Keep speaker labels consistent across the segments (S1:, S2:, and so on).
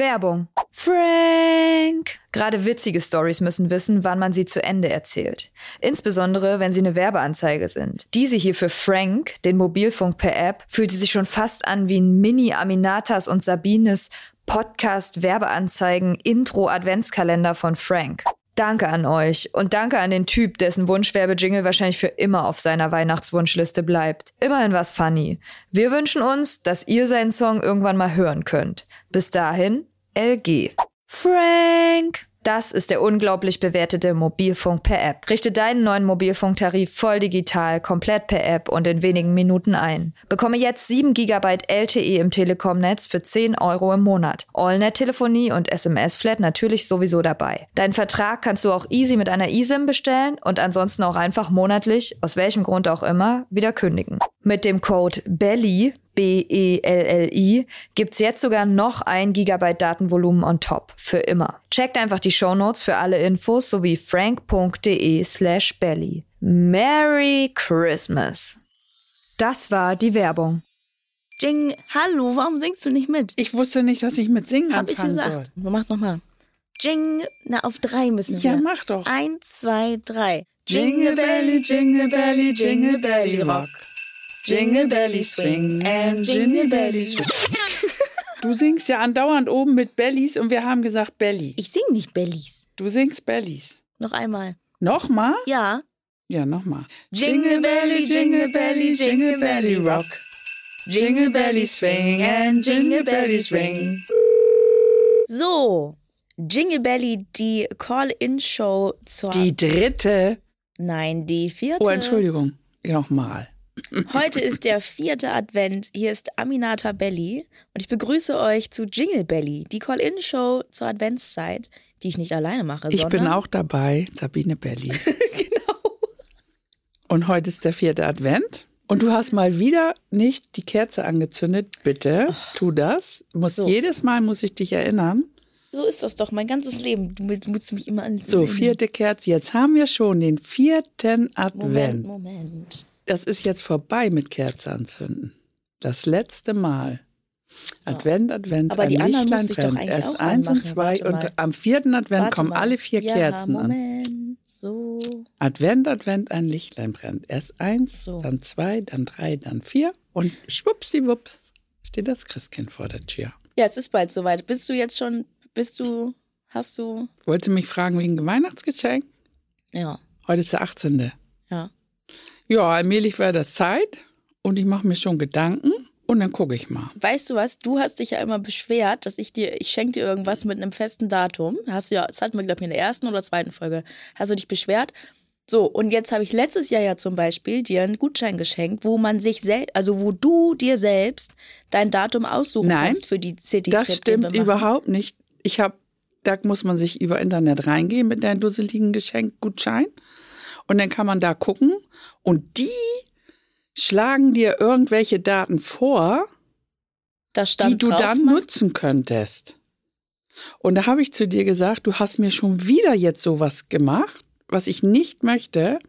S1: Werbung. Frank! Gerade witzige Stories müssen wissen, wann man sie zu Ende erzählt. Insbesondere, wenn sie eine Werbeanzeige sind. Diese hier für Frank, den Mobilfunk per App, fühlte sich schon fast an wie ein Mini-Aminatas und Sabines Podcast-Werbeanzeigen-Intro-Adventskalender von Frank. Danke an euch und danke an den Typ, dessen Wunschwerbejingle wahrscheinlich für immer auf seiner Weihnachtswunschliste bleibt. Immerhin was funny. Wir wünschen uns, dass ihr seinen Song irgendwann mal hören könnt. Bis dahin, LG. Frank! Das ist der unglaublich bewertete Mobilfunk per App. Richte deinen neuen Mobilfunktarif voll digital, komplett per App und in wenigen Minuten ein. Bekomme jetzt 7 GB LTE E im Telekom-Netz für 10 Euro im Monat. Allnet-Telefonie und SMS-Flat natürlich sowieso dabei. Deinen Vertrag kannst du auch easy mit einer eSIM bestellen und ansonsten auch einfach monatlich, aus welchem Grund auch immer, wieder kündigen. Mit dem Code E BELLY B-E-L-L-I, gibt's jetzt sogar noch ein Gigabyte Datenvolumen on top. Für immer. Checkt einfach die Shownotes für alle Infos sowie frank.de slash belly. Merry Christmas. Das war die Werbung.
S2: Jing, hallo, warum singst du nicht mit?
S3: Ich wusste nicht, dass ich mit Singen
S2: Hab ich
S3: anfangen soll.
S2: gesagt. Du machst nochmal. Jing, na auf drei müssen wir.
S3: Ja, mach doch.
S2: Eins, zwei, drei.
S3: Jingle Belly, Jingle Belly, Jingle Belly Rock. Jingle Belly Swing and Jingle Belly Swing. Du singst ja andauernd oben mit Bellies und wir haben gesagt Belly.
S2: Ich sing nicht Bellies.
S3: Du singst Bellies.
S2: Noch einmal.
S3: Nochmal?
S2: Ja.
S3: Ja, nochmal.
S2: Jingle Belly, Jingle Belly, Jingle Belly
S3: Rock. Jingle Belly Swing and Jingle Belly Swing.
S2: So. Jingle Belly, die Call-In-Show zur.
S3: Die dritte.
S2: Nein, die vierte.
S3: Oh, Entschuldigung. Nochmal.
S2: Heute ist der vierte Advent. Hier ist Aminata Belly und ich begrüße euch zu Jingle Belly, die Call-In-Show zur Adventszeit, die ich nicht alleine mache.
S3: Ich
S2: sondern
S3: bin auch dabei, Sabine Belli. genau. Und heute ist der vierte Advent. Und du hast mal wieder nicht die Kerze angezündet. Bitte, tu das. Muss,
S2: So.
S3: Jedes Mal muss ich dich erinnern.
S2: So ist das doch, mein ganzes Leben. Du musst- musst mich immer an.
S3: So, vierte Kerze. Jetzt haben wir schon den vierten
S2: Moment,
S3: Advent.
S2: Moment.
S3: Das ist jetzt vorbei mit Kerze anzünden. Das letzte Mal. Advent, Advent,
S2: Aber die
S3: ein
S2: anderen
S3: Lichtlein
S2: muss ich doch
S3: brennt.
S2: eigentlich
S3: Erst
S2: auch
S3: eins und
S2: anmachen.
S3: zwei
S2: Warte
S3: und
S2: mal.
S3: am vierten Advent
S2: Warte
S3: kommen
S2: mal.
S3: alle vier
S2: ja,
S3: Kerzen an.
S2: Moment. So.
S3: Advent, Advent, ein Lichtlein brennt. Erst eins,
S2: So.
S3: dann zwei, dann drei, dann vier und schwuppsiwupps steht das Christkind vor der Tür.
S2: Ja, es ist bald soweit. Bist du jetzt schon. Bist du. Hast du.
S3: Wollte mich fragen wegen dem Weihnachtsgeschenk?
S2: Ja.
S3: Heute ist der 18.
S2: Ja.
S3: Ja, allmählich wäre das Zeit und ich mache mir schon Gedanken und dann gucke ich mal.
S2: Weißt du was? Du hast dich ja immer beschwert, dass ich dir, ich schenke dir irgendwas mit einem festen Datum. Hast du ja, das hatten wir, glaube ich, in der ersten oder zweiten Folge. Hast du dich beschwert? So, und jetzt habe ich letztes Jahr ja zum Beispiel dir einen Gutschein geschenkt, wo man sich selbst, also wo du dir selbst dein Datum aussuchen
S3: Nein,
S2: kannst für die city
S3: das stimmt überhaupt nicht. Ich habe, da muss man sich über Internet reingehen mit deinem dusseligen Geschenkgutschein. Und dann kann man da gucken. Und die schlagen dir irgendwelche Daten vor,
S2: Da stand
S3: die du
S2: drauf,
S3: dann
S2: man-
S3: nutzen könntest. Und da habe ich zu dir gesagt, du hast mir schon wieder jetzt sowas gemacht, was ich nicht möchte,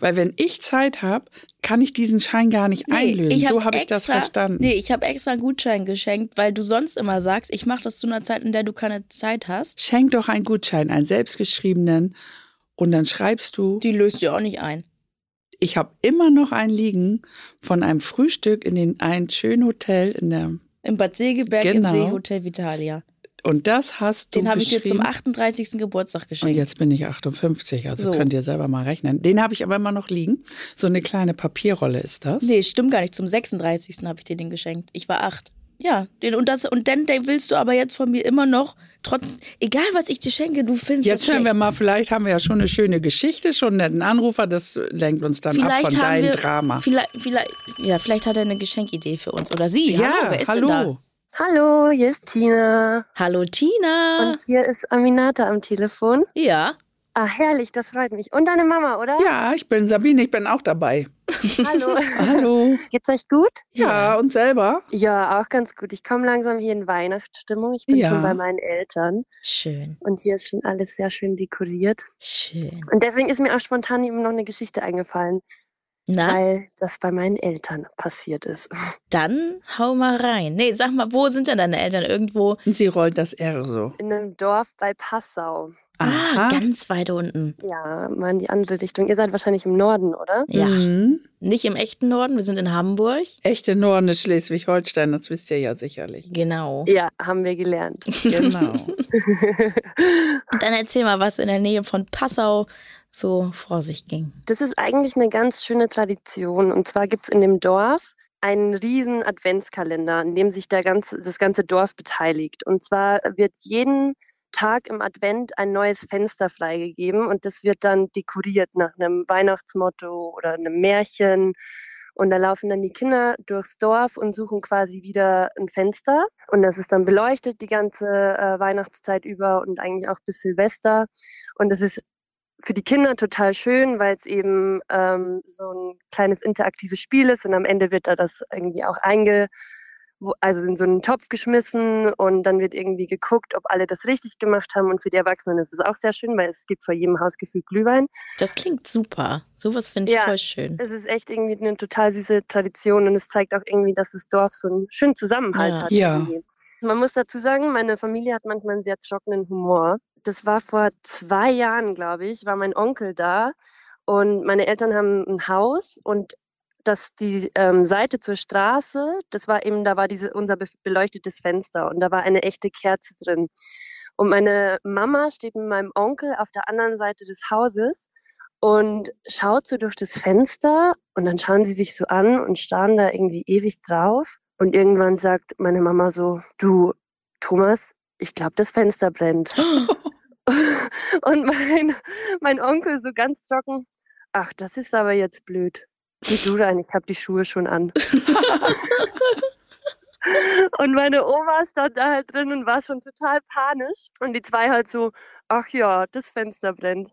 S3: weil wenn ich Zeit habe, kann ich diesen Schein gar nicht
S2: Nee,
S3: einlösen.
S2: ich hab
S3: so habe ich das
S2: extra-
S3: verstanden.
S2: Nee, ich habe extra einen Gutschein geschenkt, weil du sonst immer sagst, ich mache das zu einer Zeit, in der du keine Zeit hast.
S3: Schenk doch einen Gutschein, einen selbstgeschriebenen. Und dann schreibst du,
S2: Die löst du auch nicht ein.
S3: ich habe immer noch einen liegen von einem Frühstück in den, ein schönen Hotel in der.
S2: Im Bad Segeberg
S3: Genau.
S2: im Seehotel Vitalia.
S3: Und das hast du
S2: Den habe ich um dir zum
S3: geschrieben.
S2: 38. Geburtstag
S3: Und
S2: geschenkt.
S3: jetzt bin ich 58, also
S2: So.
S3: könnt ihr selber mal rechnen. Den habe ich aber immer noch liegen. So eine kleine Papierrolle ist das.
S2: Nee, stimmt gar nicht. Zum 36. habe ich dir den geschenkt. Ich war acht. Ja, den, und, das, und dann den willst du aber jetzt von mir immer noch, trotz, egal was ich dir schenke, du findest
S3: Jetzt
S2: das
S3: hören wir
S2: schlecht.
S3: mal, vielleicht haben wir ja schon eine schöne Geschichte, schon einen netten Anrufer, das lenkt uns dann ab von
S2: haben
S3: deinem
S2: wir,
S3: Drama.
S2: Vielleicht, vielleicht, ja, vielleicht hat er eine Geschenkidee für uns. Oder sie. hallo,
S3: ja,
S2: wer ist
S3: hallo.
S2: denn da?
S4: Hallo, hier ist Tina.
S2: Hallo, Tina.
S4: Und hier ist Aminata am Telefon.
S2: ja.
S4: Ah, herrlich, das freut mich. Und deine Mama, oder?
S3: Ja, ich bin Sabine, ich bin auch dabei.
S4: Hallo.
S3: Hallo.
S4: Geht's euch gut?
S3: Ja, und selber?
S4: Ja, auch ganz gut. Ich komme langsam hier in Weihnachtsstimmung. Ich bin
S3: Ja.
S4: schon bei meinen Eltern.
S2: Schön,
S4: Und hier ist schon alles sehr schön dekoriert.
S2: schön.
S4: Und deswegen ist mir auch spontan eben noch eine Geschichte eingefallen.
S2: Na,
S4: weil das bei meinen Eltern passiert ist.
S2: dann hau mal rein. Nee, sag mal, wo sind denn deine Eltern? Irgendwo.
S3: Und sie rollt das R so.
S4: In einem Dorf bei Passau.
S2: Ah, ganz weit unten.
S4: Ja, mal in die andere Richtung. Ihr seid wahrscheinlich im Norden, oder?
S2: Ja.
S3: Mhm.
S2: Nicht im echten Norden, wir sind in Hamburg.
S3: Echte Norden ist Schleswig-Holstein, das wisst ihr ja sicherlich.
S2: Genau.
S4: Ja, haben wir gelernt.
S3: Genau.
S2: Dann erzähl mal, was in der Nähe von Passau so vor sich ging.
S4: Das ist eigentlich eine ganz schöne Tradition. Und zwar gibt es in dem Dorf einen riesen Adventskalender, an dem sich der ganze, das ganze Dorf beteiligt. Und zwar wird jeden Tag im Advent ein neues Fenster freigegeben und das wird dann dekoriert nach einem Weihnachtsmotto oder einem Märchen. Und da laufen dann die Kinder durchs Dorf und suchen quasi wieder ein Fenster. Und das ist dann beleuchtet die ganze äh, Weihnachtszeit über und eigentlich auch bis Silvester. Und das ist für die Kinder total schön, weil es eben ähm, so ein kleines interaktives Spiel ist und am Ende wird da das irgendwie auch einge, wo, also in so einen Topf geschmissen und dann wird irgendwie geguckt, ob alle das richtig gemacht haben. Und für die Erwachsenen ist es auch sehr schön, weil es gibt vor jedem Haus gefühlt Glühwein.
S2: Das klingt super. Sowas finde ich
S4: Ja.
S2: voll schön.
S4: Es ist echt irgendwie eine total süße Tradition und es zeigt auch irgendwie, dass das Dorf so einen schönen Zusammenhalt
S2: Ja.
S4: hat.
S3: Ja.
S4: irgendwie. Man muss dazu sagen, meine Familie hat manchmal einen sehr trockenen Humor. Das war vor zwei Jahren, glaube ich, war mein Onkel da und meine Eltern haben ein Haus und dass die ähm, Seite zur Straße, das war eben, da war diese, unser be- beleuchtetes Fenster und da war eine echte Kerze drin. Und meine Mama steht mit meinem Onkel auf der anderen Seite des Hauses und schaut so durch das Fenster und dann schauen sie sich so an und starren da irgendwie ewig drauf. Und irgendwann sagt meine Mama so, du, Thomas, ich glaube, das Fenster brennt. und mein, mein Onkel so ganz trocken, ach, das ist aber jetzt blöd. Geh du rein, ich habe die Schuhe schon an. und meine Oma stand da halt drin und war schon total panisch. Und die zwei halt so, ach ja, das Fenster brennt.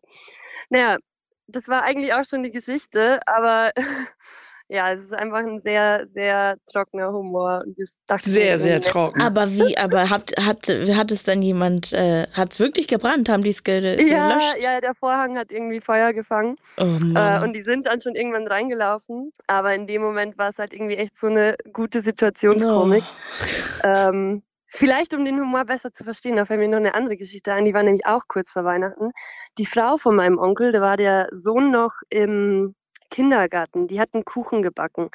S4: Naja, das war eigentlich auch schon die Geschichte, aber ja, es ist einfach ein sehr, sehr trockener Humor. Und das dachte ich mir
S3: Sehr,
S4: so
S3: sehr
S4: nett.
S3: trocken.
S2: Aber wie, aber hat, hat, hat es dann jemand, äh, hat es wirklich gebrannt? Haben die es ge
S4: Ja,
S2: gelöscht?
S4: ja, der Vorhang hat irgendwie Feuer gefangen
S2: Oh Mann.
S4: äh, und die sind dann schon irgendwann reingelaufen. Aber in dem Moment war es halt irgendwie echt so eine gute Situationskomik.
S2: Ah.
S4: Ähm, vielleicht, um den Humor besser zu verstehen, da fällt mir noch eine andere Geschichte ein, die war nämlich auch kurz vor Weihnachten. Die Frau von meinem Onkel, da war der Sohn noch im Kindergarten, die hat einen Kuchen gebacken.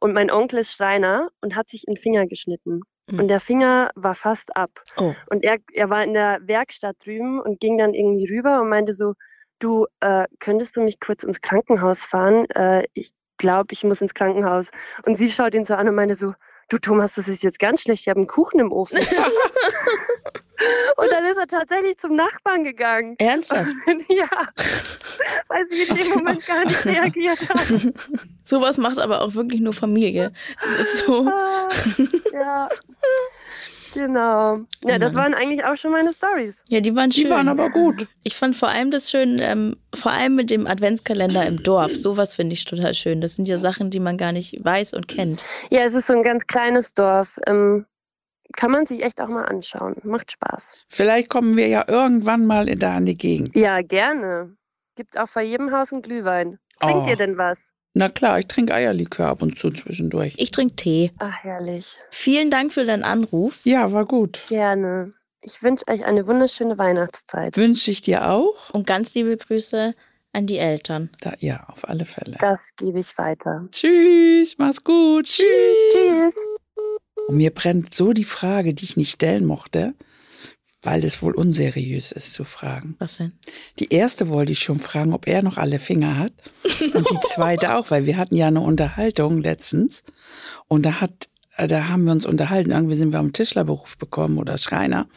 S4: Und mein Onkel ist Schreiner und hat sich einen Finger geschnitten.
S2: Hm.
S4: Und der Finger war fast ab.
S2: Oh.
S4: Und er, er war in der Werkstatt drüben und ging dann irgendwie rüber und meinte so, du, äh, könntest du mich kurz ins Krankenhaus fahren? Äh, ich glaube, ich muss ins Krankenhaus. Und sie schaut ihn so an und meinte so, du Thomas, das ist jetzt ganz schlecht, ich habe einen Kuchen im Ofen. und dann ist er tatsächlich zum Nachbarn gegangen.
S2: Ernsthaft?
S4: ja, weil sie in dem Moment gar nicht reagiert hat.
S2: Sowas macht aber auch wirklich nur Familie. Das ist so.
S4: Ah, ja. Genau. Ja, das waren eigentlich auch schon meine Stories.
S2: Ja, die waren schön.
S3: Die waren aber gut.
S2: Ich fand vor allem das schön, ähm, vor allem mit dem Adventskalender im Dorf. Sowas finde ich total schön. Das sind ja Sachen, die man gar nicht weiß und kennt.
S4: Ja, es ist so ein ganz kleines Dorf. Ähm, kann man sich echt auch mal anschauen. Macht Spaß.
S3: Vielleicht kommen wir ja irgendwann mal in- da in die Gegend.
S4: Ja, gerne. Gibt auch vor jedem Haus einen Glühwein. Trinkt
S3: Oh.
S4: ihr denn was?
S3: Na klar, ich trinke Eierlikör ab und zu zwischendurch.
S2: Ich trinke Tee.
S4: Ach, herrlich.
S2: Vielen Dank für deinen Anruf.
S3: Ja, war gut.
S4: Gerne. Ich wünsche euch eine wunderschöne Weihnachtszeit.
S3: Wünsche ich dir auch?
S2: Und ganz liebe Grüße an die Eltern.
S3: Da, ja, auf alle Fälle.
S4: Das gebe ich weiter.
S3: Tschüss, mach's gut. Tschüss.
S4: Tschüss.
S3: Und mir brennt so die Frage, die ich nicht stellen mochte, weil es wohl unseriös ist zu fragen.
S2: Was denn?
S3: Die erste wollte ich schon fragen, ob er noch alle Finger hat. Und die zweite auch, weil wir hatten ja eine Unterhaltung letztens. Und da hat, äh, da haben wir uns unterhalten. Irgendwie sind wir am Tischlerberuf bekommen oder Schreiner.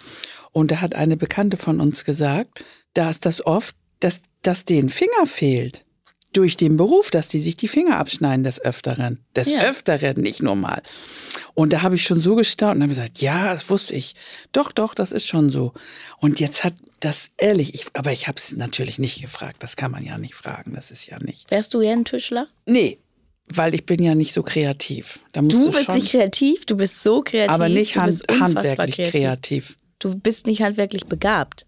S3: Und da hat eine Bekannte von uns gesagt, da ist das oft, dass, dass denen Finger fehlt. Durch den Beruf, dass die sich die Finger abschneiden des Öfteren. Des
S2: Ja.
S3: Öfteren, nicht nur mal. Und da habe ich schon so gestaunt und habe gesagt, ja, das wusste ich. Doch, doch, das ist schon so. Und jetzt hat das, ehrlich, ich, aber ich habe es natürlich nicht gefragt. Das kann man ja nicht fragen. Das ist ja nicht.
S2: Wärst du gern Tischler?
S3: Nee, weil ich bin ja nicht so kreativ. Da musst
S2: Du
S3: du
S2: bist
S3: schon,
S2: nicht kreativ, du bist so kreativ.
S3: aber nicht
S2: du
S3: hand,
S2: bist unfassbar
S3: handwerklich kreativ.
S2: Du bist nicht handwerklich begabt.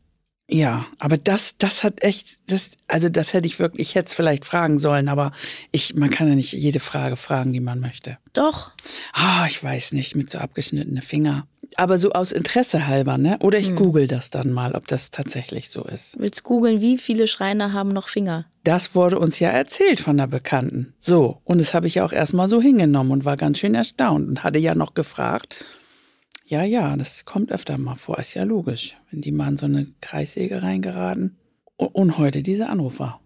S3: Ja, aber das, das hat echt, das, also das hätte ich wirklich, ich hätte es vielleicht fragen sollen, aber ich, man kann ja nicht jede Frage fragen, die man möchte.
S2: Doch.
S3: Ah, ich weiß nicht, mit so abgeschnittene Finger. Aber so aus Interesse halber, ne? Oder ich google das dann mal, ob das tatsächlich so ist.
S2: Willst googeln, wie viele Schreiner haben noch Finger?
S3: Das wurde uns ja erzählt von der Bekannten. So, und das habe ich auch erstmal so hingenommen und war ganz schön erstaunt und hatte ja noch gefragt. Ja, ja, das kommt öfter mal vor, ist ja logisch, wenn die mal in so eine Kreissäge reingeraten. U- Und heute dieser Anruf war.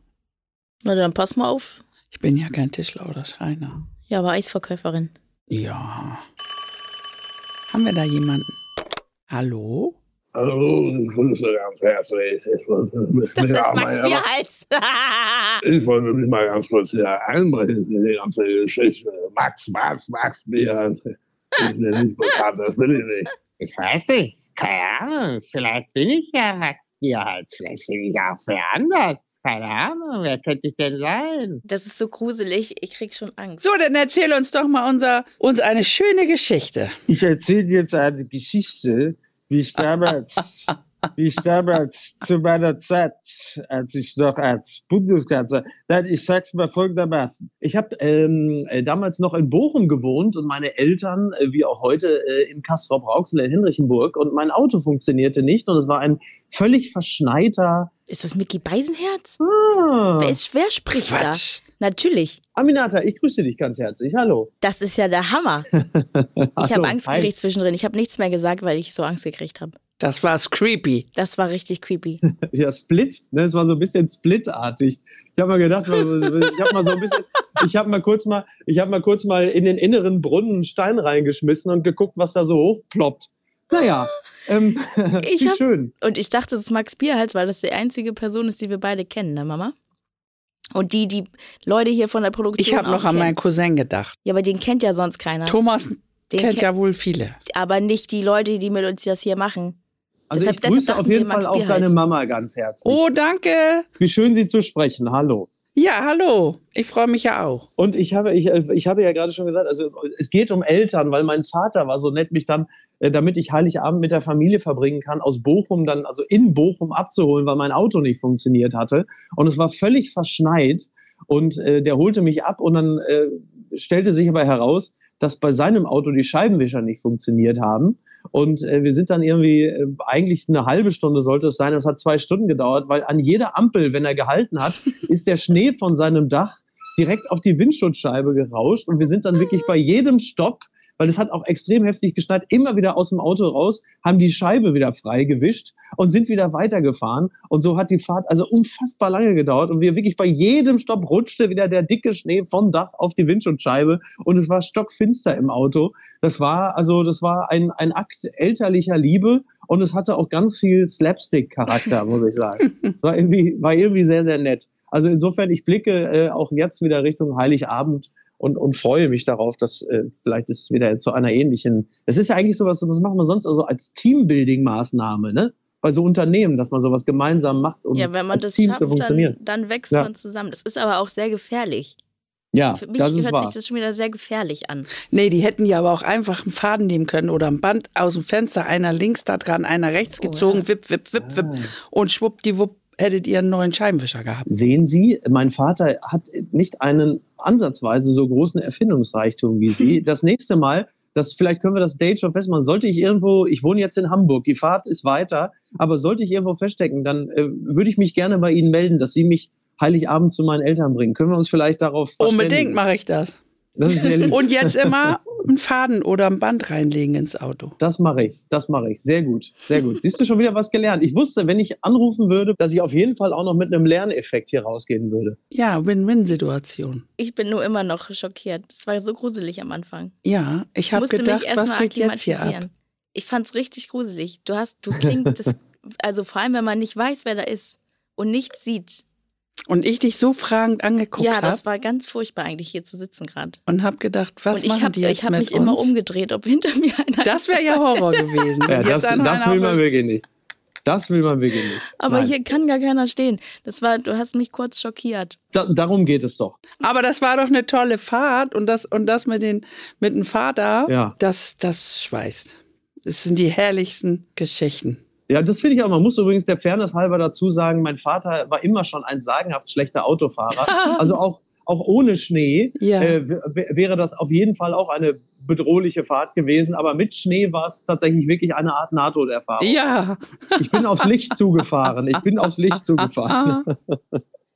S2: Na dann pass mal auf.
S3: Ich bin ja kein Tischler oder Schreiner.
S2: Ja, aber Eisverkäuferin.
S3: Ja. Haben wir da jemanden? Hallo?
S5: Hallo, Also, ich grüße ganz herzlich. Ich wollte mich,
S6: Das
S5: ja,
S6: ist Max
S5: mein-
S6: Vierhals.
S5: ich wollte mich mal ganz kurz hier einbringen in die ganze Geschichte. Max, Max, Max Bierhals. Ich bin nicht bekannt, das bin ich nicht.
S6: ich weiß nicht, keine Ahnung. Vielleicht bin ich ja Max Vierhals. Vielleicht bin ich auch wer anders. Keine Ahnung, wer könnte ich denn sein?
S2: Das ist so gruselig, ich krieg schon Angst.
S3: So, dann erzähl uns doch mal unser, uns eine schöne Geschichte.
S7: Ich erzähle jetzt eine Geschichte, wie ich damals, wie ich damals zu meiner Zeit, als ich noch als Bundeskanzler, nein, ich sag's mal folgendermaßen.
S8: Ich habe ähm, äh, damals noch in Bochum gewohnt und meine Eltern, äh, wie auch heute, äh, in Kastrop-Rauxel in Hinrichenburg. Und mein Auto funktionierte nicht und es war ein völlig verschneiter.
S2: Ist das Mickey Beisenherz?
S8: Ah.
S2: Wer, ist, wer spricht
S3: Quatsch.
S2: da? Natürlich.
S8: Aminata, ich grüße dich ganz herzlich. Hallo.
S2: Das ist ja der Hammer. Ich
S8: Hallo.
S2: habe Angst
S8: Hi.
S2: gekriegt zwischendrin. Ich habe nichts mehr gesagt, weil ich so Angst gekriegt habe.
S3: Das war's creepy.
S2: Das war richtig creepy.
S8: Ja, Split, ne? Es war so ein bisschen Split-artig. Ich habe mal gedacht, ich habe mal so ein bisschen, ich habe mal kurz mal, ich habe mal kurz mal in den inneren Brunnen einen Stein reingeschmissen und geguckt, was da so hochploppt. Naja, ähm,
S2: Ich
S8: wie
S2: hab-
S8: schön.
S2: Und ich dachte, das ist Max Bierhals, weil das die einzige Person ist, die wir beide kennen, ne Mama? Und die, die Leute hier von der Produktion.
S3: Ich habe
S2: auch
S3: noch an
S2: kennen.
S3: meinen Cousin gedacht.
S2: Ja, aber den kennt ja sonst keiner.
S3: Thomas
S2: den
S3: kennt
S2: ken-
S3: ja wohl viele.
S2: Aber nicht die Leute, die mit uns das hier machen.
S8: Also
S2: Deshalb-
S8: ich grüße
S2: deshalb dachten
S8: auf
S2: wir
S8: jeden
S2: Max
S8: Fall auch
S2: Bierhals.
S8: deine Mama ganz herzlich.
S3: Oh, danke.
S8: Wie schön Sie zu sprechen. Hallo.
S3: Ja, hallo. Ich freue mich ja auch.
S8: Und ich habe, ich, äh, ich habe ja gerade schon gesagt, also es geht um Eltern, weil mein Vater war so nett, mich dann, äh, damit ich Heiligabend mit der Familie verbringen kann, aus Bochum dann, also in Bochum abzuholen, weil mein Auto nicht funktioniert hatte. Und es war völlig verschneit. Und äh, der holte mich ab und dann äh, stellte sich aber heraus, dass bei seinem Auto die Scheibenwischer nicht funktioniert haben. Und äh, wir sind dann irgendwie, äh, eigentlich eine halbe Stunde sollte es sein, das hat zwei Stunden gedauert, weil an jeder Ampel, wenn er gehalten hat, ist der Schnee von seinem Dach direkt auf die Windschutzscheibe gerauscht und wir sind dann wirklich bei jedem Stopp, weil es hat auch extrem heftig geschneit, immer wieder aus dem Auto raus, haben die Scheibe wieder freigewischt und sind wieder weitergefahren und so hat die Fahrt also unfassbar lange gedauert und wir wirklich bei jedem Stopp rutschte wieder der dicke Schnee vom Dach auf die Windschutzscheibe und es war stockfinster im Auto. Das war also das war ein, ein Akt elterlicher Liebe und es hatte auch ganz viel Slapstick-Charakter, muss ich sagen. Es War irgendwie, war irgendwie sehr, sehr nett. Also insofern, ich blicke äh, auch jetzt wieder Richtung Heiligabend und, und freue mich darauf, dass äh, vielleicht es wieder zu einer ähnlichen. Das ist ja eigentlich sowas, das machen wir sonst also als Teambuilding-Maßnahme, ne? Bei so Unternehmen, dass man sowas gemeinsam macht und
S2: ja, wenn man
S8: als
S2: das
S8: Team zu
S2: schafft, dann,
S8: funktionieren.
S2: dann wächst
S8: Ja.
S2: man zusammen. Das ist aber auch sehr gefährlich.
S8: ja,
S2: Für mich
S8: das ist
S2: hört
S8: wahr.
S2: sich das schon wieder sehr gefährlich an.
S3: Nee, die hätten ja aber auch einfach einen Faden nehmen können oder ein Band aus dem Fenster, einer links da dran, einer rechts
S2: Oh,
S3: gezogen, wipp, wipp, wipp, wipp. Und schwuppdiwupp hättet ihr einen neuen Scheibenwischer gehabt.
S8: Sehen Sie, mein Vater hat nicht einen ansatzweise so großen Erfindungsreichtum wie Sie. Das nächste Mal, das, vielleicht können wir das Date schon festmachen, sollte ich irgendwo, ich wohne jetzt in Hamburg, die Fahrt ist weiter, aber sollte ich irgendwo feststecken, dann äh, würde ich mich gerne bei Ihnen melden, dass Sie mich Heiligabend zu meinen Eltern bringen. Können wir uns vielleicht darauf
S3: Unbedingt
S8: verständigen?
S3: mache ich das.
S8: Das ist sehr lieb.
S3: Und jetzt immer einen Faden oder ein Band reinlegen ins Auto.
S8: Das mache ich, das mache ich. Sehr gut, sehr gut. Siehst du schon wieder was gelernt? Ich wusste, wenn ich anrufen würde, dass ich auf jeden Fall auch noch mit einem Lerneffekt hier rausgehen würde.
S3: Ja, Win-Win-Situation.
S2: Ich bin nur immer noch schockiert. Das war so gruselig am Anfang.
S3: Ja, ich habe
S2: musste
S3: gedacht,
S2: mich erst
S3: was
S2: mal
S3: geht jetzt hier ab?
S2: akklimatisieren. Ich fand's richtig gruselig. Du hast, du klingst das, also vor allem, wenn man nicht weiß, wer da ist und nichts sieht.
S3: Und ich dich so fragend angeguckt
S2: ja,
S3: habe
S2: das war ganz furchtbar eigentlich hier zu sitzen gerade.
S3: und habe gedacht, was
S2: Und ich
S3: machen
S2: habe
S3: die jetzt
S2: ich hab
S3: mit
S2: mich
S3: uns?
S2: immer umgedreht, ob hinter mir einer
S3: das
S2: ist.
S3: wäre ja Horror gewesen.
S8: Ja,
S3: Und jetzt
S8: das,
S3: einer
S8: das
S3: einer
S8: will
S3: auf
S8: man
S3: der-
S8: wirklich nicht. Das will man wirklich nicht.
S2: Aber
S8: Nein.
S2: hier kann gar keiner stehen. Das war, du hast mich kurz schockiert.
S8: Da, darum geht es doch.
S3: Aber das war doch eine tolle Fahrt und das und das mit den mit dem Vater,
S8: Ja.
S3: das das schweißt. Das sind die herrlichsten Geschichten.
S8: Ja, das finde ich auch. Man muss übrigens der Fairness halber dazu sagen, mein Vater war immer schon ein sagenhaft schlechter Autofahrer. Also auch, auch ohne Schnee
S3: Ja.
S8: äh, w- w- wäre das auf jeden Fall auch eine bedrohliche Fahrt gewesen. Aber mit Schnee war es tatsächlich wirklich eine Art Nahtoderfahrung.
S3: Ja.
S8: Ich bin aufs Licht zugefahren. Ich bin aufs Licht zugefahren.
S3: Ah,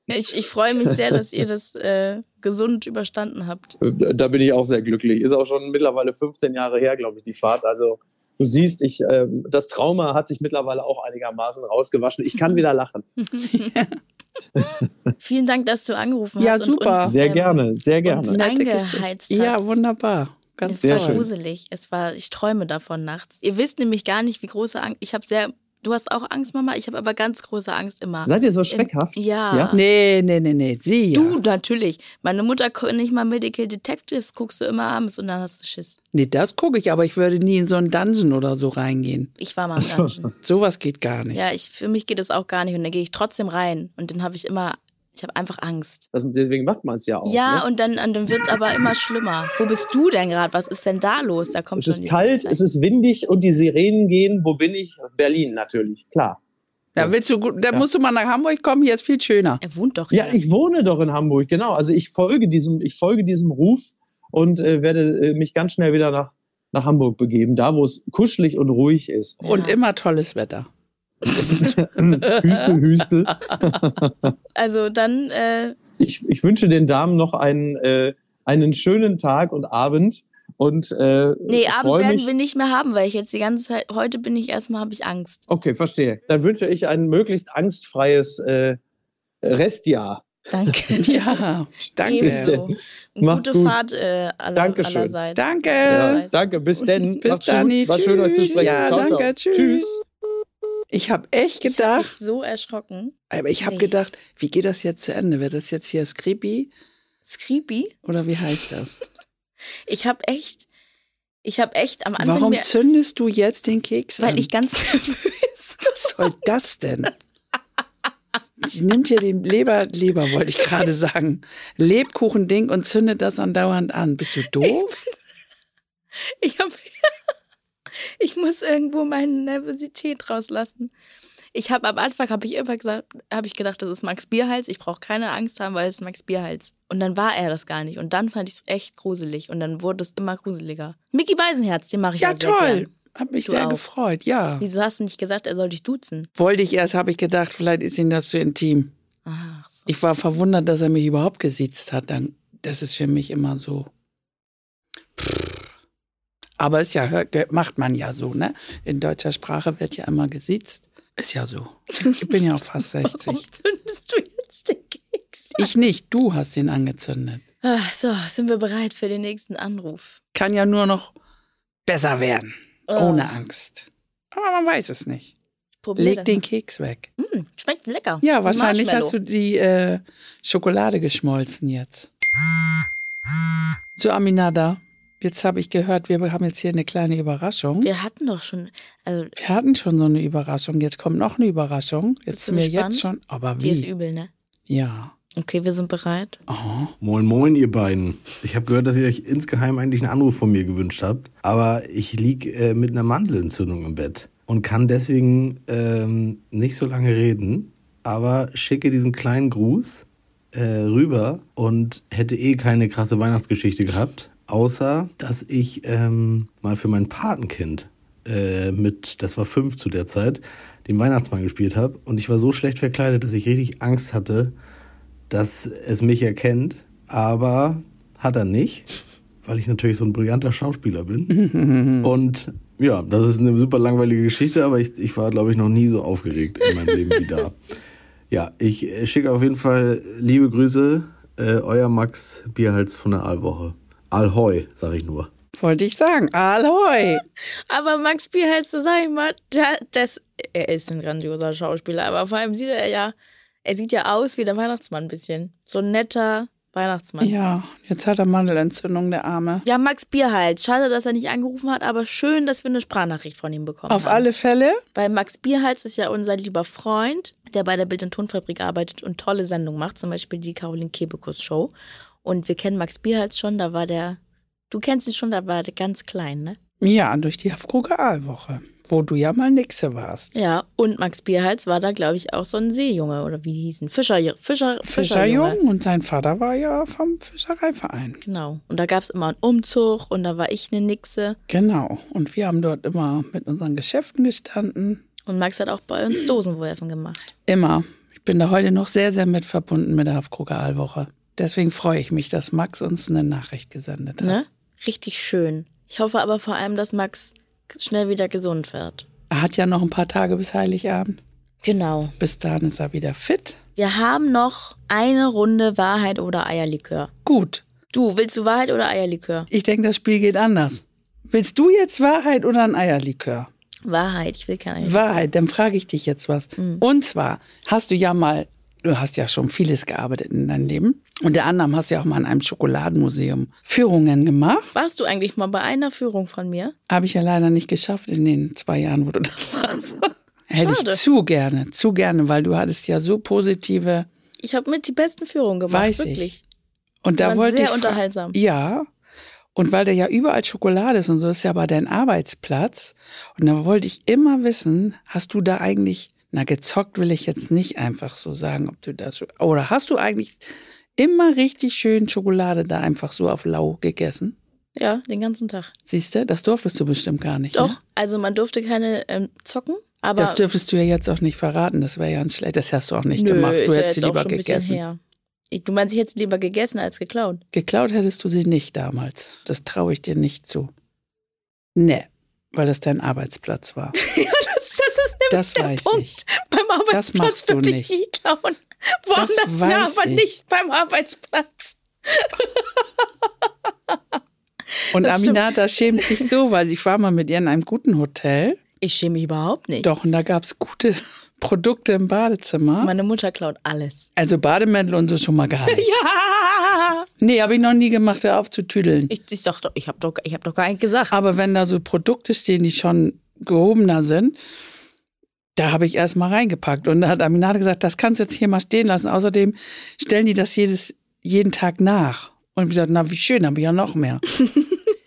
S2: Ich, ich freue mich sehr, dass ihr das äh, gesund überstanden habt.
S8: Äh, da bin ich auch sehr glücklich. Ist auch schon mittlerweile 15 Jahre her, glaube ich, die Fahrt. Also du siehst, ich, ähm, das Trauma hat sich mittlerweile auch einigermaßen rausgewaschen. Ich kann wieder lachen.
S2: Vielen Dank, dass du angerufen
S3: Ja,
S2: hast. Und
S3: super.
S2: uns,
S8: Sehr
S2: ähm,
S8: gerne, sehr gerne.
S2: uns-
S3: nette
S2: Eingeheizt
S3: Geschichte.
S2: hast.
S3: Ja, wunderbar. Ganz
S2: Es
S8: Sehr
S2: war
S3: toll.
S2: gruselig. Es war, ich träume davon nachts. Ihr wisst nämlich gar nicht, wie große Angst. Ich habe sehr. Du hast auch Angst, Mama. Ich habe aber ganz große Angst immer.
S8: Seid ihr so schreckhaft?
S2: ähm, ja.
S3: Nee, nee, nee, nee. Sie. Ja.
S2: Du natürlich. Meine Mutter guckt nicht mal Medical Detectives, guckst du immer abends und dann hast du Schiss.
S3: Nee, das gucke ich, aber ich würde nie in so einen Dungeon oder so reingehen.
S2: Ich war mal im Dungeon.
S3: Sowas geht gar nicht.
S2: Ja, ich, für mich geht das auch gar nicht und dann gehe ich trotzdem rein und dann habe ich immer, ich habe einfach Angst.
S8: Das, deswegen macht man es ja auch.
S2: ja,
S8: ne?
S2: und dann, und dann wird es aber immer schlimmer. Wo bist du denn gerade? Was ist denn da los? Da kommt
S8: Es
S2: schon
S8: ist
S2: die
S8: kalt,
S2: Polizei.
S8: es ist windig und die Sirenen gehen. Wo bin ich? Berlin natürlich, klar.
S3: Da willst du, gut- da
S8: Ja.
S3: musst du mal nach Hamburg kommen, hier ist viel schöner.
S2: Er wohnt doch hier.
S8: Ja, ich wohne doch in Hamburg, genau. Also ich folge diesem, ich folge diesem Ruf und äh, werde äh, mich ganz schnell wieder nach, nach Hamburg begeben, da wo es kuschelig und ruhig ist.
S2: Ja.
S3: Und immer tolles Wetter.
S8: Hüstel, Hüstel.
S2: Also dann, äh,
S8: Ich, ich wünsche den Damen noch einen, äh, einen schönen Tag und Abend. Und äh,
S2: nee, Abend
S8: freue
S2: werden
S8: mich.
S2: wir nicht mehr haben, weil ich jetzt die ganze Zeit, heute bin ich erstmal, habe ich Angst.
S8: Okay, verstehe. Dann wünsche ich ein möglichst angstfreies äh, Restjahr.
S2: Danke dir.
S3: Ja, danke.
S2: Ebenso.
S8: Macht's
S2: Gute
S8: gut.
S2: Fahrt äh, aller,
S8: Dankeschön.
S2: allerseits.
S3: Danke.
S2: Allerseits.
S8: Danke, bis denn.
S3: Bis
S8: Macht's gut.
S3: dann.
S8: War schön, euch zu
S3: Tschüss.
S8: sprechen.
S3: Ja,
S8: ciao,
S3: danke.
S8: ciao.
S3: Tschüss. Ich habe
S2: Ich
S3: echt
S2: habe mich
S3: gedacht,
S2: so erschrocken.
S3: aber ich habe
S2: Nee.
S3: gedacht, wie geht das jetzt zu Ende? Wird das jetzt hier Skribi
S2: Creepy.
S3: oder wie heißt das?
S2: Ich habe echt, ich habe echt am Anfang,
S3: Warum
S2: mir,
S3: zündest du jetzt den Keks an?
S2: weil ich ganz nervös
S3: Was soll das denn? Sie nimmt hier den Leber, Leber wollte ich gerade sagen, Lebkuchending und zündet das andauernd an. Bist du doof?
S2: Ich hab, ich muss irgendwo meine Nervosität rauslassen. Ich habe am Anfang habe ich immer gesagt, habe ich gedacht, das ist Max Bierhals. Ich brauche keine Angst haben, weil es ist Max Bierhals. Und dann war er das gar nicht. Und dann fand ich es echt gruselig. Und dann wurde es immer gruseliger. Mickey Beisenherz, den mache ich
S3: Ja,
S2: halt Sehr
S3: toll.
S2: gern.
S3: Hab mich
S2: Du
S3: sehr
S2: auch.
S3: gefreut, ja.
S2: Wieso hast du nicht gesagt, er soll dich duzen?
S3: Wollte ich erst, habe ich gedacht, vielleicht ist ihm das zu intim.
S2: Ach so.
S3: Ich war verwundert, dass er mich überhaupt gesiezt hat. Dann, das ist für mich immer so. Pff. Aber ist ja, hört- ge- macht man ja so, ne? In deutscher Sprache wird ja immer gesiezt. Ist ja so. Ich bin ja auch fast 60.
S2: Warum zündest du jetzt den Keks?
S3: Ich nicht, du hast ihn angezündet.
S2: Ach so, sind wir bereit für den nächsten Anruf?
S3: Kann ja nur noch besser werden,
S2: Oh.
S3: ohne Angst. Aber man weiß es nicht.
S2: Probier
S3: Leg
S2: das
S3: den
S2: mal.
S3: Keks weg.
S2: Hm, schmeckt lecker.
S3: Ja, wahrscheinlich
S2: Marshmallow.
S3: hast du die äh, Schokolade geschmolzen jetzt. So, Aminada, jetzt habe ich gehört, wir haben jetzt hier eine kleine Überraschung.
S2: Wir hatten doch schon, also
S3: Wir hatten schon so eine Überraschung, jetzt kommt noch eine Überraschung.
S2: Bist
S3: Jetzt
S2: du
S3: sind wir
S2: gespannt?
S3: jetzt schon, aber
S2: die ist
S3: wie?
S2: übel, ne?
S3: Ja.
S2: Okay, wir sind bereit.
S9: Moin, moin, ihr beiden. Ich habe gehört, dass ihr euch insgeheim eigentlich einen Anruf von mir gewünscht habt, aber ich lieg äh, mit einer Mandelentzündung im Bett und kann deswegen ähm, nicht so lange reden, aber schicke diesen kleinen Gruß äh, rüber und hätte eh keine krasse Weihnachtsgeschichte gehabt, außer dass ich ähm, mal für mein Patenkind äh, mit, das war fünf zu der Zeit, den Weihnachtsmann gespielt habe und ich war so schlecht verkleidet, dass ich richtig Angst hatte, dass es mich erkennt, aber hat er nicht, weil ich natürlich so ein brillanter Schauspieler bin. Und ja, das ist eine super langweilige Geschichte, aber ich, ich war, glaube ich, noch nie so aufgeregt in meinem Leben wie da. Ja, ich äh, schicke auf jeden Fall liebe Grüße, äh, euer Max Bierhals von der Aalwoche. Alhoi, sag ich nur.
S3: Wollte ich sagen. Ahoi.
S2: Aber Max Bierhals, da sag ich mal, da, das, er ist ein grandioser Schauspieler, aber vor allem sieht er ja, er sieht ja aus wie der Weihnachtsmann ein bisschen. So ein netter Weihnachtsmann. Ja.
S3: Ja, jetzt hat er Mandelentzündung, der Arme.
S2: Max Bierhals. Schade, dass er nicht angerufen hat, aber schön, dass wir eine Sprachnachricht von ihm bekommen
S3: Auf
S2: haben.
S3: alle Fälle.
S2: Weil Max Bierhals ist ja unser lieber Freund, der bei der Bild- und Tonfabrik arbeitet und tolle Sendungen macht, zum Beispiel die Caroline Kebekus Show. Und wir kennen Max Bierhals schon, da war der, du kennst ihn schon, da war der ganz klein, ne?
S3: Ja, durch die Afrogal-Woche, wo du ja mal Nixe warst.
S2: Ja, und Max Bierhals war da, glaube ich, auch so ein Seejunge oder wie die hießen. Fischer, Fischer, Fischerjunge.
S3: Fischerjung und sein Vater war ja vom Fischereiverein.
S2: Genau. Und da gab es immer einen Umzug und da war ich eine Nixe.
S3: Genau. Und wir haben dort immer mit unseren Geschäften gestanden.
S2: Und Max hat auch bei uns Dosenwurfen gemacht.
S3: Immer. Ich bin da heute noch sehr, sehr mit verbunden mit der Hafkrogal-Woche. Deswegen freue ich mich, dass Max uns eine Nachricht gesendet hat.
S2: Ne? Richtig schön. Ich hoffe aber vor allem, dass Max schnell wieder gesund wird.
S3: Er hat ja noch ein paar Tage bis Heiligabend.
S2: Genau.
S3: Bis dahin ist er wieder fit.
S2: Wir haben noch eine Runde Wahrheit oder Eierlikör.
S3: Gut.
S2: Du, willst du Wahrheit oder Eierlikör?
S3: Ich denke, das Spiel geht anders. Willst du jetzt Wahrheit oder ein Eierlikör?
S2: Wahrheit, ich Hm. will kein Eierlikör.
S3: Wahrheit, dann frage ich dich jetzt was. Und zwar hast du ja mal, du hast ja schon vieles gearbeitet in deinem Leben. Unter anderem hast du ja auch mal in einem Schokoladenmuseum Führungen gemacht.
S2: Warst du eigentlich mal bei einer Führung von mir?
S3: Habe ich ja leider nicht geschafft in den zwei Jahren, wo du da warst. Hätte
S2: Schade.
S3: ich zu gerne, zu gerne, weil du hattest ja so positive.
S2: Ich habe mit die besten Führungen gemacht,
S3: Weiß ich.
S2: wirklich.
S3: Und da
S2: waren
S3: wollte
S2: sehr
S3: ich fra-
S2: unterhaltsam.
S3: Ja. Und weil da ja überall Schokolade ist und so ist ja aber dein Arbeitsplatz. Und da wollte ich immer wissen, hast du da eigentlich, na gezockt will ich jetzt nicht einfach so sagen, ob du das, oder hast du eigentlich immer richtig schön Schokolade da einfach so auf lau gegessen?
S2: Ja, den ganzen Tag.
S3: Siehst du, das durftest du bestimmt gar nicht.
S2: Doch,
S3: Ne?
S2: also man durfte keine ähm, zocken, aber
S3: Das dürftest du ja jetzt auch nicht verraten, das wäre ja ein schlecht. Das hast du auch nicht
S2: nö,
S3: gemacht.
S2: ist
S3: Du
S2: ja
S3: hättest
S2: jetzt
S3: sie
S2: auch
S3: lieber
S2: schon ein bisschen
S3: gegessen.
S2: her. Ich- Du meinst, ich hätte sie lieber gegessen als geklaut.
S3: Geklaut hättest du sie nicht damals. Das traue ich dir nicht zu. Nee, weil das dein Arbeitsplatz war.
S2: Ja, das, das ist nämlich
S3: Das
S2: der
S3: weiß
S2: Punkt.
S3: ich.
S2: Beim Arbeitsplatz
S3: machst du
S2: würde
S3: nicht.
S2: ich nie klauen. Woanders ja,
S3: weiß
S2: aber
S3: ich.
S2: nicht beim Arbeitsplatz.
S3: Und
S2: Das stimmt.
S3: Aminata schämt sich so, weil sie war mal mit ihr in einem guten Hotel.
S2: Ich schäme mich überhaupt nicht.
S3: Doch, und da gab es gute Produkte im Badezimmer.
S2: Meine Mutter klaut alles.
S3: also Bademäntel und so schon mal gar nicht.
S2: Ja!
S3: Nee, habe ich noch nie gemacht, hör auf zu tüdeln.
S2: Ich, ich, sag doch, ich habe doch, ich hab doch gar nicht gesagt.
S3: Aber wenn da so Produkte stehen, die schon gehobener sind, da habe ich erst mal reingepackt. Und da hat Aminata gesagt, das kannst du jetzt hier mal stehen lassen. Außerdem stellen die das jedes, jeden Tag nach. Und ich gesagt, na wie schön, habe ich ja noch mehr.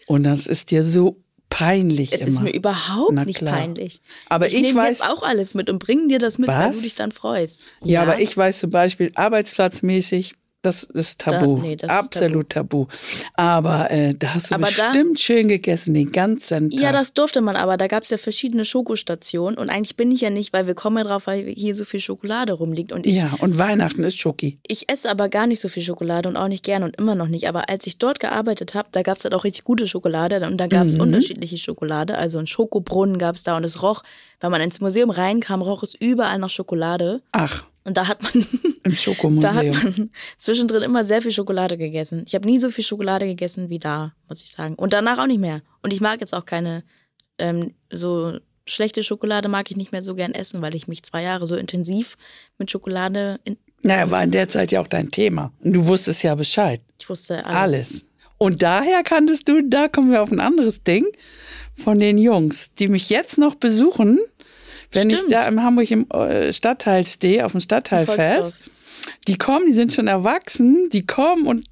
S3: und das ist dir so peinlich
S2: es
S3: immer.
S2: ist mir überhaupt
S3: Na
S2: nicht
S3: klar.
S2: peinlich.
S3: Aber
S2: ich
S3: ich
S2: nehme
S3: weiß-
S2: jetzt auch alles mit und bring dir das mit, weil du
S3: Was?
S2: dich dann freust.
S3: Ja, aber ich weiß zum Beispiel arbeitsplatzmäßig, das ist tabu.
S2: nee, das ist
S3: Absolut tabu. Aber äh, da hast du
S2: Aber da-
S3: bestimmt schön gegessen den ganzen Tag.
S2: Ja, das durfte man aber. Da gab es ja verschiedene Schokostationen. Und eigentlich bin ich ja nicht, weil wir kommen ja drauf, weil hier so viel Schokolade rumliegt. Und ich,
S3: ja, und Weihnachten ist Schoki.
S2: ich esse aber gar nicht so viel Schokolade und auch nicht gern und immer noch nicht. Aber als ich dort gearbeitet habe, da gab es halt auch richtig gute Schokolade. Und da gab es unterschiedliche Schokolade. Also einen Schokobrunnen gab es da. Und es roch, wenn man ins Museum reinkam, roch es überall nach Schokolade.
S3: Ach,
S2: Und da hat man,
S3: im
S2: da hat
S3: Schokomuseum.
S2: man zwischendrin immer sehr viel Schokolade gegessen. Ich habe nie so viel Schokolade gegessen wie da, muss ich sagen. Und danach auch nicht mehr. Und ich mag jetzt auch keine ähm, so schlechte Schokolade mag ich nicht mehr so gern essen, weil ich mich zwei Jahre so intensiv mit Schokolade in,
S3: Naja, war in der Zeit ja auch dein Thema. Und du wusstest ja Bescheid.
S2: ich wusste alles.
S3: Alles. Und daher kanntest du, da kommen wir auf ein anderes Ding, von den Jungs, die mich jetzt noch besuchen, wenn ich
S2: Stimmt.
S3: da im Hamburg im äh, Stadtteil stehe, auf dem
S2: Volksdorf.
S3: Stadtteilfest. Die kommen, die sind schon erwachsen, die kommen und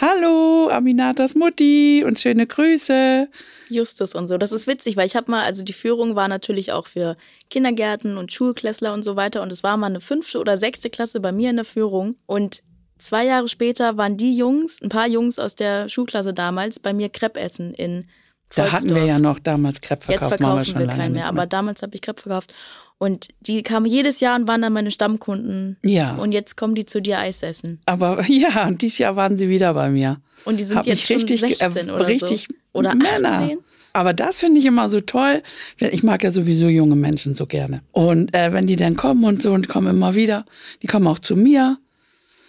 S3: hallo, Aminatas Mutti und schöne Grüße.
S2: Justus und so. Das ist witzig, weil ich habe mal, also die Führung war natürlich auch für Kindergärten und Schulklässler und so weiter. Und es war mal eine fünfte oder sechste Klasse bei mir in der Führung. Und zwei Jahre später waren die Jungs, ein paar Jungs aus der Schulklasse damals, bei mir Crepe essen in
S3: Da
S2: Volksdorf.
S3: hatten wir ja noch damals Crepe verkauft.
S2: Jetzt
S3: machen
S2: verkaufen
S3: schon
S2: wir
S3: lange
S2: keinen
S3: nicht
S2: mehr, aber damals habe ich Crepe verkauft. Und die kamen jedes Jahr und waren dann meine Stammkunden.
S3: Ja.
S2: Und jetzt kommen die zu dir Eis essen.
S3: aber ja, und dieses Jahr waren sie wieder bei mir.
S2: Und die sind
S3: Hab
S2: jetzt
S3: mich
S2: schon
S3: richtig, ge-
S2: 16
S3: äh,
S2: oder so.
S3: richtig
S2: Oder
S3: Männer.
S2: 18.
S3: Aber das finde ich immer so toll. weil Ich mag ja sowieso junge Menschen so gerne. Und äh, wenn die dann kommen und so und kommen immer wieder, die kommen auch zu mir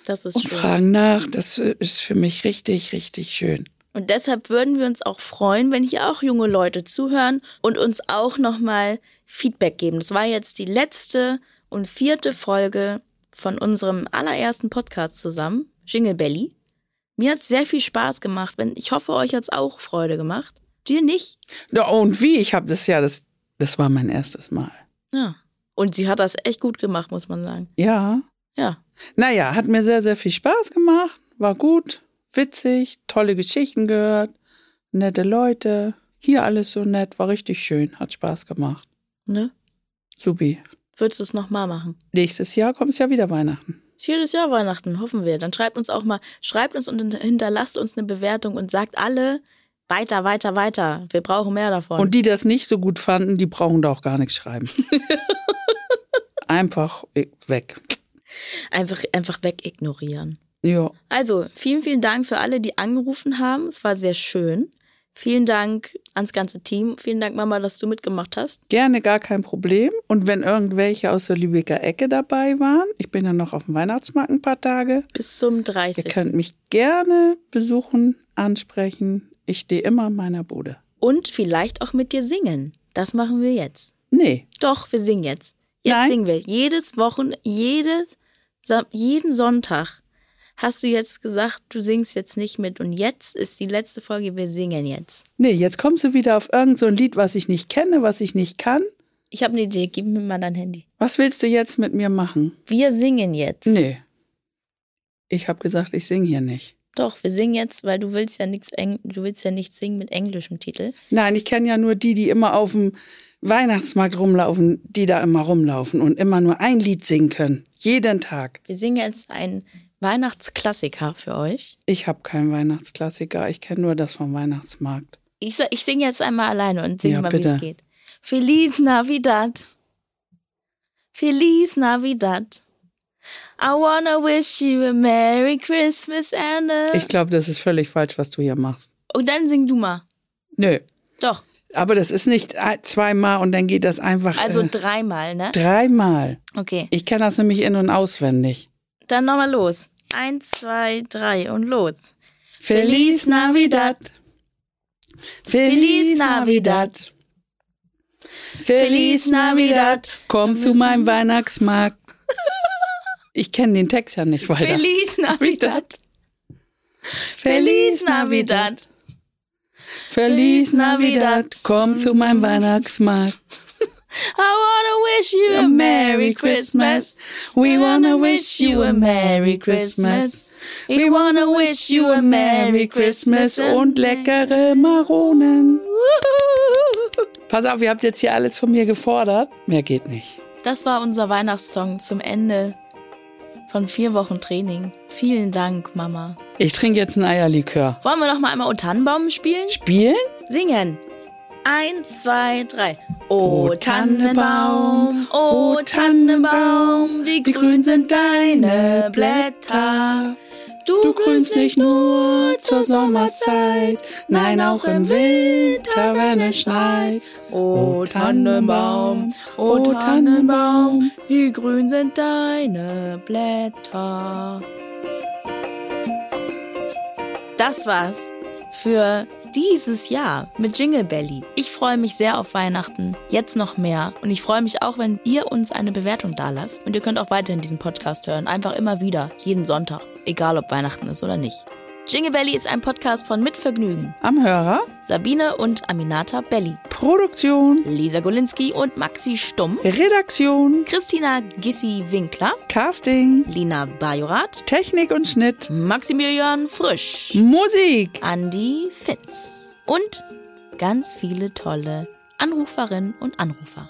S2: Das ist
S3: und
S2: schön.
S3: fragen nach. Das äh, ist für mich richtig, richtig schön.
S2: Und deshalb würden wir uns auch freuen, wenn hier auch junge Leute zuhören und uns auch nochmal Feedback geben. Das war jetzt die letzte und vierte Folge von unserem allerersten Podcast zusammen, Jingle Belly. Mir hat sehr viel Spaß gemacht. Wenn- Ich hoffe, euch hat es auch Freude gemacht. Dir nicht?
S3: Ja, und wie? Ich habe das ja, das, das war mein erstes Mal.
S2: Ja. Und sie hat das echt gut gemacht, muss man sagen.
S3: Ja.
S2: Ja.
S3: Naja, hat mir sehr, sehr viel Spaß gemacht. War gut, witzig, tolle Geschichten gehört, nette Leute. Hier alles so nett, war richtig schön, hat Spaß gemacht.
S2: Ne?
S3: Subi.
S2: Würdest du es nochmal machen?
S3: Nächstes Jahr kommt es ja wieder Weihnachten.
S2: Ist jedes Jahr Weihnachten, hoffen wir. Dann schreibt uns auch mal, schreibt uns und hinter- hinterlasst uns eine Bewertung und sagt alle weiter, weiter, weiter. Wir brauchen mehr davon.
S3: Und die das nicht so gut fanden, die brauchen da auch gar nichts schreiben. Einfach weg.
S2: einfach, einfach weg ignorieren.
S3: Ja.
S2: Also, vielen, vielen Dank für alle, die angerufen haben. Es war sehr schön. Vielen Dank ans ganze Team. Vielen Dank, Mama, dass du mitgemacht hast.
S3: Gerne, gar kein Problem. Und wenn irgendwelche aus der Lübecker Ecke dabei waren, ich bin dann noch auf dem Weihnachtsmarkt ein paar Tage.
S2: Bis zum
S3: Ihr
S2: 30.
S3: könnt mich gerne besuchen, ansprechen. Ich stehe immer in meiner Bude.
S2: Und vielleicht auch mit dir singen. Das machen wir jetzt.
S3: Nee,
S2: Doch, wir singen jetzt. Jetzt
S3: Nein.
S2: singen wir. Jedes Wochen, jedes, Sa- jeden Sonntag hast du jetzt gesagt, du singst jetzt nicht mit. Und jetzt ist die letzte Folge, wir singen jetzt.
S3: nee, jetzt kommst du wieder auf irgendein so ein Lied, was ich nicht kenne, was ich nicht kann.
S2: Ich habe eine Idee, gib mir mal dein Handy.
S3: Was willst du jetzt mit mir machen?
S2: Wir singen jetzt.
S3: Nee. Ich habe gesagt, ich singe hier nicht.
S2: Doch, wir singen jetzt, weil du willst ja nichts Eng du willst ja nicht singen mit englischem Titel.
S3: Nein, ich kenne ja nur die, die immer auf dem Weihnachtsmarkt rumlaufen, die da immer rumlaufen und immer nur ein Lied singen können. Jeden Tag.
S2: Wir singen jetzt einen Weihnachtsklassiker für euch.
S3: Ich habe keinen Weihnachtsklassiker, ich kenne nur das vom Weihnachtsmarkt.
S2: Ich, sa- ich singe jetzt einmal alleine und singe
S3: Ja,
S2: mal, wie es
S3: bitte.
S2: geht. Feliz Navidad. Feliz Navidad. I wanna wish you a Merry Christmas and a...
S3: Ich glaube, das ist völlig falsch, was du hier machst.
S2: und dann sing du mal.
S3: Nö,
S2: Doch,
S3: aber das ist nicht ein- zweimal und dann geht das einfach
S2: also
S3: äh,
S2: dreimal, ne?
S3: dreimal.
S2: Okay,
S3: Ich kenne das nämlich in- und auswendig.
S2: dann nochmal los. Eins, zwei, drei und los.
S3: Feliz Navidad.
S2: Feliz Navidad.
S3: Feliz Navidad. Komm zu meinem Weihnachtsmarkt. Ich kenne den Text ja nicht weiter.
S2: Feliz Navidad. Feliz Navidad.
S3: Feliz Navidad. Komm zu meinem Weihnachtsmarkt.
S2: I wanna wish you a Merry Christmas.
S3: We wanna wish you a Merry Christmas. We wanna wish you a Merry Christmas und leckere Maronen. Pass auf, ihr habt jetzt hier alles von mir gefordert. Mehr geht nicht.
S2: Das war unser Weihnachtssong zum Ende von vier Wochen Training. Vielen Dank, Mama.
S3: Ich trinke jetzt einen Eierlikör.
S2: Wollen wir noch mal einmal O Tannenbaum spielen?
S3: Spielen?
S2: Singen. Eins, zwei, drei. O Tannenbaum, o Tannenbaum, wie grün sind deine Blätter.
S3: Du grünst nicht nur zur Sommerzeit, nein, auch im Winter, wenn es schneit.
S2: O Tannenbaum, o
S3: o
S2: Tannenbaum, wie grün sind deine Blätter. Das war's für dieses Jahr mit Jingle Belly. Ich freue mich sehr auf Weihnachten, jetzt noch mehr. Und ich freue mich auch, wenn ihr uns eine Bewertung da lasst. Und ihr könnt auch weiterhin diesen Podcast hören. Einfach immer wieder, jeden Sonntag. Egal, ob Weihnachten ist oder nicht. Jingle Belly ist ein Podcast von Mitvergnügen.
S3: Am Hörer,
S2: Sabine und Aminata Belli.
S3: Produktion,
S2: Lisa Golinski und Maxi Stumm,
S3: Redaktion,
S2: Christina Gissi-Winkler,
S3: Casting,
S2: Lina Bajorat,
S3: Technik und Schnitt,
S2: Maximilian Frisch,
S3: Musik.
S2: Andi Fitz und ganz viele tolle Anruferinnen und Anrufer.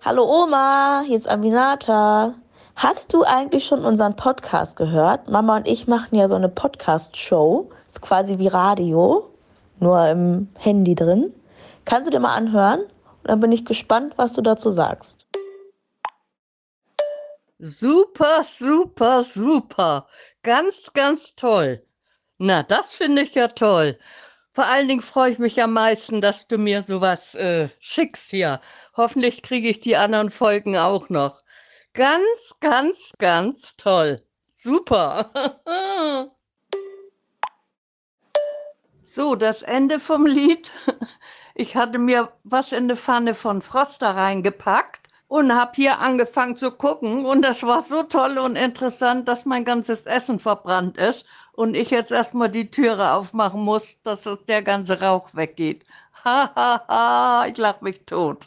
S10: Hallo Oma, hier ist Aminata. Hast du eigentlich schon unseren Podcast gehört? Mama und ich machen ja so eine Podcast-Show. Ist quasi wie Radio, nur im Handy drin. Kannst du dir mal anhören? Und dann bin ich gespannt, was du dazu sagst.
S11: Super, super, super. Ganz, ganz toll. Na, das finde ich ja toll. Vor allen Dingen freue ich mich am meisten, dass du mir sowas äh, schickst hier. Hoffentlich kriege ich die anderen Folgen auch noch. Ganz, ganz, ganz toll. Super. so, das Ende vom Lied. Ich hatte mir was in die Pfanne von Froster reingepackt und habe hier angefangen zu gucken. Und das war so toll und interessant, dass mein ganzes Essen verbrannt ist und ich jetzt erstmal die Türe aufmachen muss, dass es der ganze Rauch weggeht. Ha, ha, ha, ich lach mich tot.